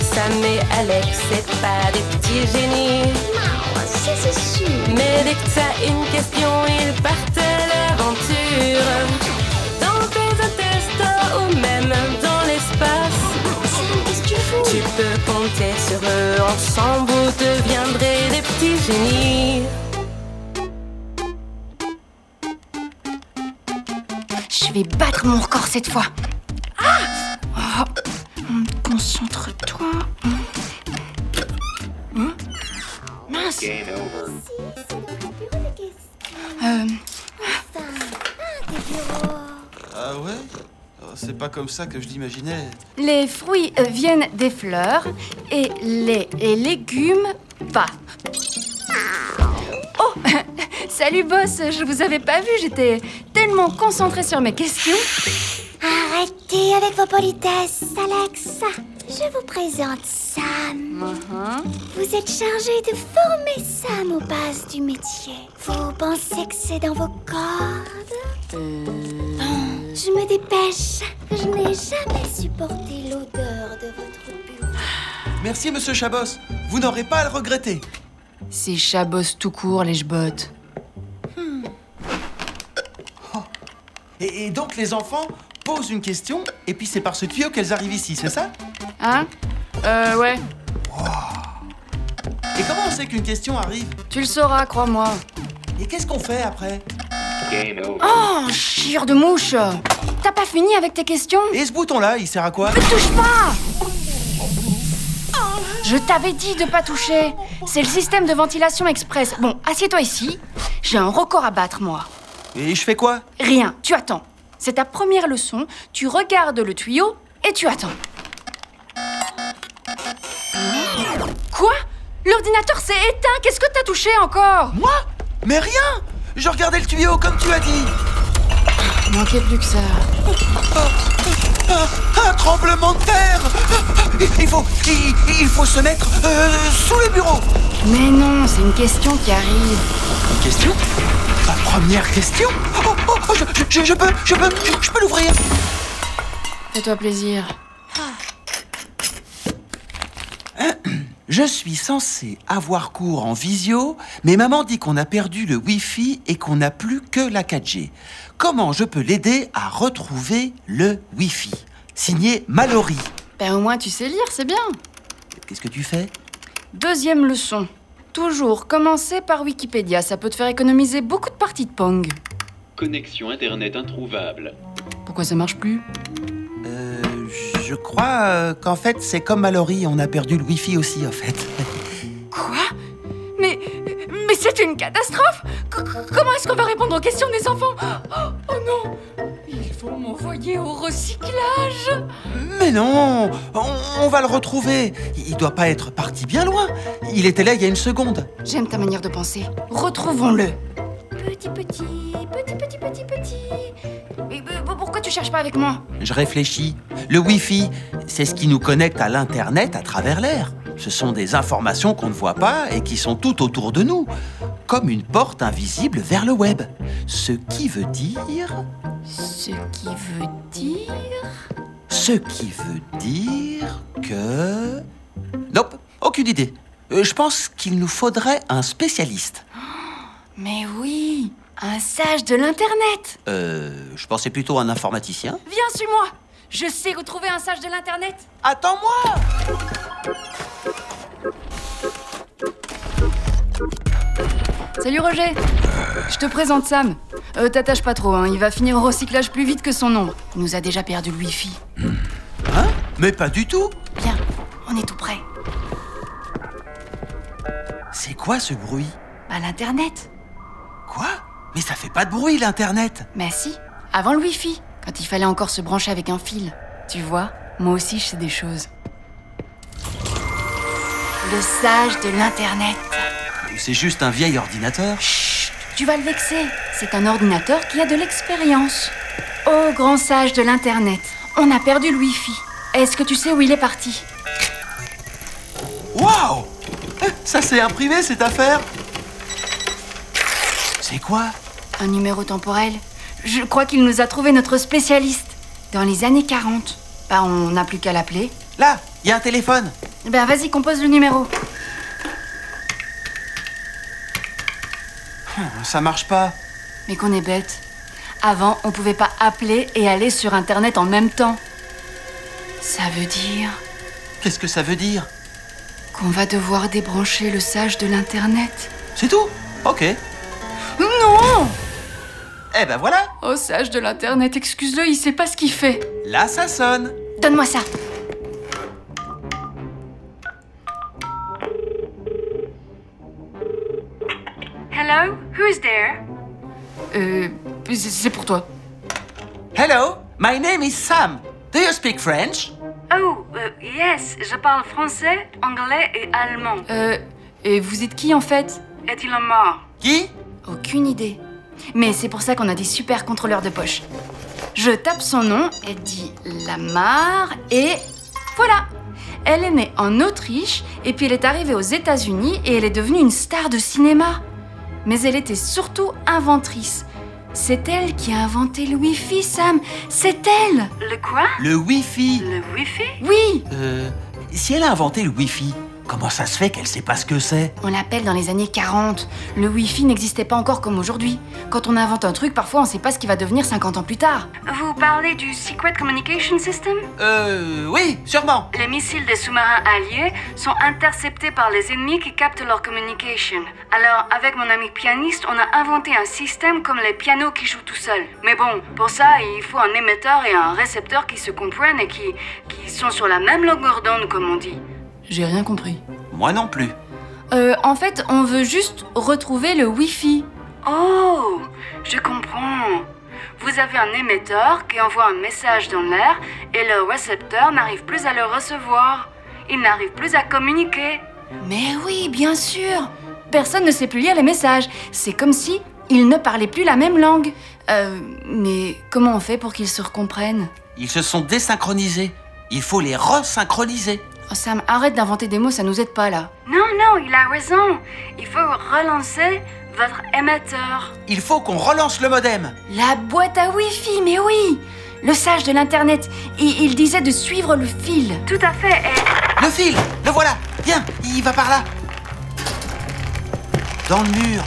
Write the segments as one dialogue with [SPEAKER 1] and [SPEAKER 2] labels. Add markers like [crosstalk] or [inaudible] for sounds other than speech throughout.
[SPEAKER 1] Sam et Alex, c'est pas des petits génies.
[SPEAKER 2] Non, ça c'est sûr.
[SPEAKER 1] Mais dès que t'as une question, ils partent à l'aventure. Dans tes hôtels stores ou même dans l'espace,
[SPEAKER 2] Sam, qu'est-ce que tu fous
[SPEAKER 1] tu peux compter sur eux. Ensemble, vous deviendrez des petits génies.
[SPEAKER 3] Je vais battre mon record cette fois. Ah Oh, Concentre-toi. Hum. Mince.
[SPEAKER 4] Game over.
[SPEAKER 2] Si, c'est dans le bureau de Gaston.
[SPEAKER 3] Euh,
[SPEAKER 2] Sam, un des bureaux.
[SPEAKER 5] Ah ouais C'est pas comme ça que je l'imaginais.
[SPEAKER 3] les fruits euh, viennent des fleurs et les et légumes pas. Oh [laughs] Salut boss, je vous avais pas vu, j'étais tellement concentrée sur mes questions.
[SPEAKER 2] Arrêtez avec vos politesses, Alex. Je vous présente Sam. Vous êtes chargé de former Sam aux bases du métier. Vous pensez que c'est dans vos cordes Bon, Je me dépêche. Je n'ai jamais supporté l'odeur de votre bureau.
[SPEAKER 5] Merci, monsieur Chabos. Vous n'aurez pas à le regretter.
[SPEAKER 3] C'est chabos tout court, les jebottes.
[SPEAKER 5] Et, et donc, les enfants posent une question, et puis c'est par ce tuyau qu'elles arrivent ici, c'est ça
[SPEAKER 3] Hein Euh, ouais.
[SPEAKER 5] Et comment on sait qu'une question arrive
[SPEAKER 3] Tu le sauras, crois-moi.
[SPEAKER 5] Et qu'est-ce qu'on fait après
[SPEAKER 4] Game over.
[SPEAKER 3] Oh, chieur de mouche T'as pas fini avec tes questions
[SPEAKER 5] Et ce bouton-là, il sert à quoi
[SPEAKER 3] Ne touche pas Je t'avais dit de pas toucher C'est le système de ventilation express. Bon, assieds-toi ici. J'ai un record à battre, moi.
[SPEAKER 5] Et je fais quoi
[SPEAKER 3] Rien, tu attends. C'est ta première leçon. Tu regardes le tuyau et tu attends. Quoi L'ordinateur s'est éteint Qu'est-ce que t'as touché encore
[SPEAKER 5] Moi Mais rien Je regardais le tuyau, comme tu as dit
[SPEAKER 3] Il manquait plus que ça.
[SPEAKER 5] Ah, Un tremblement de terre Ah, ah, Il faut, il, il faut se mettre euh, sous le bureau
[SPEAKER 3] Mais non, c'est une question qui arrive.
[SPEAKER 5] Une question Ma première question Oh, oh, oh, je, je- je peux, je peux, je, je peux l'ouvrir
[SPEAKER 3] Fais-toi plaisir.
[SPEAKER 5] Je suis censé avoir cours en visio, mais maman dit qu'on a perdu le Wi-Fi et qu'on n'a plus que la 4G. Comment je peux l'aider à retrouver le Wi-Fi Signé Mallory.
[SPEAKER 3] Ben au moins tu sais lire, c'est bien.
[SPEAKER 5] Qu'est-ce que tu fais
[SPEAKER 3] Deuxième leçon. Toujours commencer par Wikipédia, ça peut te faire économiser beaucoup de parties de Pong.
[SPEAKER 4] Connexion Internet introuvable.
[SPEAKER 3] Pourquoi ça marche plus
[SPEAKER 5] Euh, je crois euh, qu'en fait, c'est comme Mallory, on a perdu le Wi-Fi aussi, en fait.
[SPEAKER 3] Quoi Mais mais c'est une catastrophe Co- co- Comment est-ce qu'on va répondre aux questions des enfants Oh, Oh non Ils vont m'envoyer au recyclage
[SPEAKER 5] [laughs] Mais non on, on va le retrouver Il doit pas être parti bien loin Il était là il y a une seconde
[SPEAKER 3] J'aime ta manière de penser. Retrouvons-le.
[SPEAKER 2] Petit, petit, petit, petit, petit, petit.
[SPEAKER 3] Mais euh, pourquoi tu cherches pas avec moi
[SPEAKER 5] Je réfléchis. Le Wi-Fi, c'est ce qui nous connecte à l'Internet à travers l'air. Ce sont des informations qu'on ne voit pas et qui sont tout autour de nous, comme une porte invisible vers le web. Ce qui veut dire...
[SPEAKER 3] Ce qui veut dire
[SPEAKER 5] Ce qui veut dire que... Nope, aucune idée. Euh, Je pense qu'il nous faudrait un spécialiste.
[SPEAKER 3] Mais oui, un sage de l'internet.
[SPEAKER 5] Euh, je pensais plutôt à un informaticien.
[SPEAKER 3] Viens, suis-moi Je sais retrouver un sage de l'Internet
[SPEAKER 5] Attends-moi
[SPEAKER 3] Salut Roger Je te présente Sam. Euh, T'attache pas trop, hein, il va finir au recyclage plus vite que son ombre. Il nous a déjà perdu le wifi.
[SPEAKER 5] Hein Mais pas du tout
[SPEAKER 3] Bien, on est tout prêt.
[SPEAKER 5] C'est quoi ce bruit
[SPEAKER 3] À Bah, l'Internet
[SPEAKER 5] Quoi Mais ça fait pas de bruit l'Internet
[SPEAKER 3] Mais si, avant le wifi, quand il fallait encore se brancher avec un fil. Tu vois, moi aussi je sais des choses. Le sage de l'Internet.
[SPEAKER 5] C'est juste un vieil ordinateur.
[SPEAKER 3] Chut, tu vas le vexer. C'est un ordinateur qui a de l'expérience. Ô grand sage de l'Internet, on a perdu le Wi-Fi. Est-ce que tu sais où il est parti
[SPEAKER 5] Waouh Eh, Ça s'est imprimé cette affaire C'est quoi
[SPEAKER 3] Un numéro temporel Je crois qu'il nous a trouvé notre spécialiste. Dans les années 40. Bah, on n'a plus qu'à l'appeler.
[SPEAKER 5] Là, il y a un téléphone.
[SPEAKER 3] Ben vas-y, compose le numéro.
[SPEAKER 5] Euh, Ça marche pas.
[SPEAKER 3] Mais qu'on est bête. Avant, on pouvait pas appeler et aller sur Internet en même temps. Ça veut dire
[SPEAKER 5] Qu'est-ce que ça veut dire
[SPEAKER 3] qu'on va devoir débrancher le sage de l'Internet.
[SPEAKER 5] C'est tout Ok.
[SPEAKER 3] Non
[SPEAKER 5] Eh ben voilà,
[SPEAKER 3] Oh, sage de l'Internet, excuse-le, il sait pas ce qu'il fait.
[SPEAKER 5] là ça sonne.
[SPEAKER 3] Donne-moi ça. Hello, who is there? Euh, c'est- c'est pour toi.
[SPEAKER 5] Hello, my name is Sam. Do you speak French
[SPEAKER 6] Oh, euh, yes, je parle français, anglais et allemand.
[SPEAKER 3] Euh, et vous êtes qui en fait?
[SPEAKER 6] Est-il en mort
[SPEAKER 5] Qui
[SPEAKER 3] Aucune idée. Mais c'est pour ça qu'on a des super contrôleurs de poche. Je tape son nom, elle dit Lamar, et voilà Elle est née en Autriche, et puis elle est arrivée aux États-Unis, et elle est devenue une star de cinéma. Mais elle était surtout inventrice. C'est elle qui a inventé le Wi-Fi, Sam. C'est elle
[SPEAKER 6] Le quoi
[SPEAKER 5] Le Wi-Fi.
[SPEAKER 6] Le Wi-Fi
[SPEAKER 3] Oui
[SPEAKER 5] Euh, si elle a inventé le Wi-Fi, comment ça se fait qu'elle sait pas ce que c'est
[SPEAKER 3] On l'appelle dans les années 40. Le Wi-Fi n'existait pas encore comme aujourd'hui. Quand on invente un truc, parfois on sait pas ce qu'il va devenir 50 ans plus tard.
[SPEAKER 6] Vous parlez du Secret Communication System
[SPEAKER 5] Euh, oui, sûrement.
[SPEAKER 6] Les missiles des sous-marins alliés sont interceptés par les ennemis qui captent leur communication. Alors, avec mon ami pianiste, on a inventé un système comme les pianos qui jouent tout seuls. Mais bon, pour ça, il faut un émetteur et un récepteur qui se comprennent et qui, qui sont sur la même longueur d'onde, comme on dit.
[SPEAKER 3] J'ai rien compris.
[SPEAKER 5] Moi non plus.
[SPEAKER 3] Euh, en fait, on veut juste retrouver le Wi-Fi.
[SPEAKER 6] Oh, je comprends. Vous avez un émetteur qui envoie un message dans l'air et le récepteur n'arrive plus à le recevoir. Il n'arrive plus à communiquer.
[SPEAKER 3] Mais oui, bien sûr. Personne ne sait plus lire les messages. C'est comme si ils ne parlaient plus la même langue. Euh, mais comment on fait pour qu'ils se recomprennent
[SPEAKER 5] Ils se sont désynchronisés. Il faut les resynchroniser.
[SPEAKER 3] Oh, Sam, arrête d'inventer des mots, ça nous aide pas là.
[SPEAKER 6] Non, non, il a raison. Il faut relancer votre émetteur.
[SPEAKER 5] Il faut qu'on relance le modem.
[SPEAKER 3] La boîte à Wi-Fi, mais oui Le sage de l'internet, il, il disait de suivre le fil.
[SPEAKER 6] Tout à fait. Et
[SPEAKER 5] Le fil, le voilà. Viens, il va par là. Dans le mur.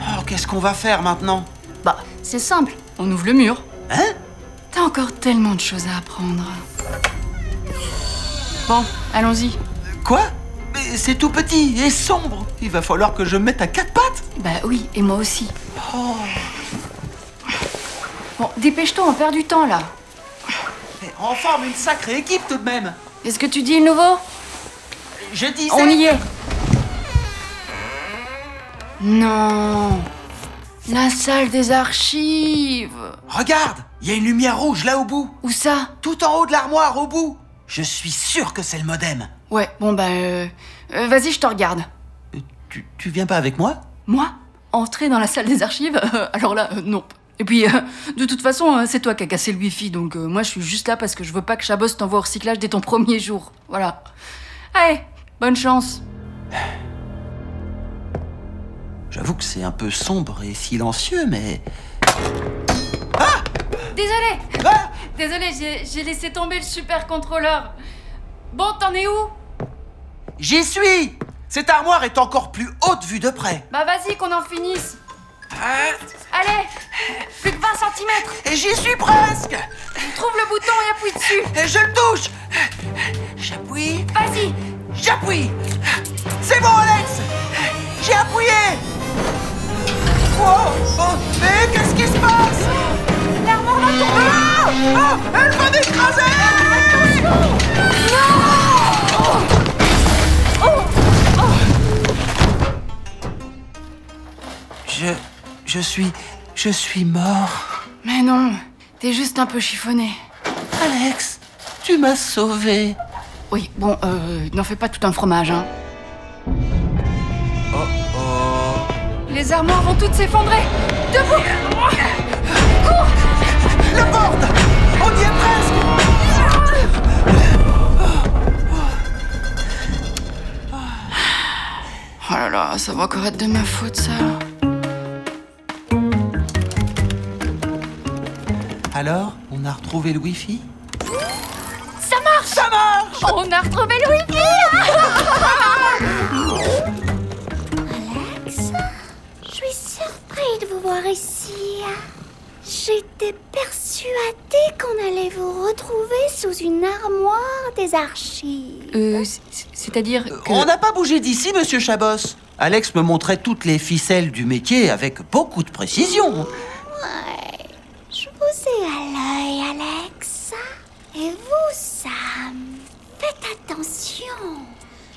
[SPEAKER 5] Oh, qu'est-ce qu'on va faire maintenant
[SPEAKER 3] Bah, c'est simple, on ouvre le mur.
[SPEAKER 5] Hein
[SPEAKER 3] T'as encore tellement de choses à apprendre. Bon, allons-y.
[SPEAKER 5] Quoi Mais c'est tout petit et sombre. Il va falloir que je me mette à quatre pattes.
[SPEAKER 3] Bah oui, et moi aussi.
[SPEAKER 6] Oh.
[SPEAKER 3] Bon, dépêche-toi, on perd du temps là.
[SPEAKER 5] Mais on forme une sacrée équipe tout de même.
[SPEAKER 3] Est-ce que tu dis le nouveau
[SPEAKER 5] Je disais.
[SPEAKER 3] On y est. Non. La salle des archives.
[SPEAKER 5] Regarde, il y a une lumière rouge là au bout,
[SPEAKER 3] Où ça
[SPEAKER 5] tout en haut de l'armoire au bout. Je suis sûr que c'est le modem.
[SPEAKER 3] Ouais, bon bah... euh, euh, Vas-y, je te regarde.
[SPEAKER 5] Euh, Tu, tu viens pas avec moi
[SPEAKER 3] Moi Entrer dans la salle des archives Euh, Alors là, euh, non. Et puis, euh, de toute façon, euh, c'est toi qui as cassé le wifi, donc euh, moi je suis juste là parce que je veux pas que Chabos t'envoie au recyclage dès ton premier jour. Voilà. Allez, bonne chance.
[SPEAKER 5] J'avoue que c'est un peu sombre et silencieux, mais
[SPEAKER 3] Désolé
[SPEAKER 5] Ah
[SPEAKER 3] Désolé, j'ai- j'ai laissé tomber le super contrôleur. Bon, t'en es où
[SPEAKER 5] j'y suis. Cette armoire est encore plus haute vue de près.
[SPEAKER 3] Bah vas-y, qu'on en finisse. Allez Plus de 20 cm
[SPEAKER 5] Et j'y suis presque.
[SPEAKER 3] Trouve le bouton et appuie dessus
[SPEAKER 5] Et je le touche. J'appuie,
[SPEAKER 3] Vas-y
[SPEAKER 5] j'appuie. C'est bon, Alex. J'ai appuyé. Wow. Oh, mais qu'est-ce qui se passe
[SPEAKER 3] L'armoire va tomber
[SPEAKER 5] Ah Ah Elle va m'écraser Oh, Je... Je suis... Je suis mort.
[SPEAKER 3] Mais non, t'es juste un peu chiffonné.
[SPEAKER 5] Alex, tu m'as sauvé.
[SPEAKER 3] Oui, bon, euh, n'en fais pas tout un fromage, hein. Les armoires vont toutes s'effondrer Debout
[SPEAKER 5] La porte On y est presque
[SPEAKER 3] Oh là là, ça va encore être de ma faute, ça.
[SPEAKER 5] Alors, on a retrouvé le wifi
[SPEAKER 3] Ça marche Ça marche On a retrouvé le wifi
[SPEAKER 2] une armoire des archives.
[SPEAKER 7] Euh, c- c- c'est-à-dire
[SPEAKER 3] Euh,
[SPEAKER 7] que...
[SPEAKER 5] On n'a pas bougé d'ici, monsieur Chabos. Alex me montrait toutes les ficelles du métier avec beaucoup de précision.
[SPEAKER 2] Je vous ai à l'œil, Alex. Et vous, Sam, faites attention.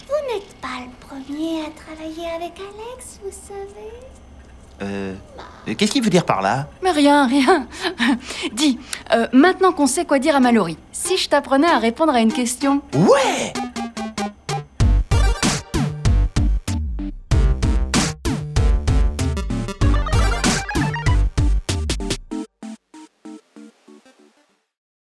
[SPEAKER 2] Vous n'êtes pas le premier à travailler avec Alex, vous savez.
[SPEAKER 5] Euh, euh, qu'est-ce qu'il veut dire par là
[SPEAKER 7] Mais rien, rien. Dis, euh, maintenant qu'on sait quoi dire à Mallory, si je t'apprenais à répondre à une question
[SPEAKER 5] Ouais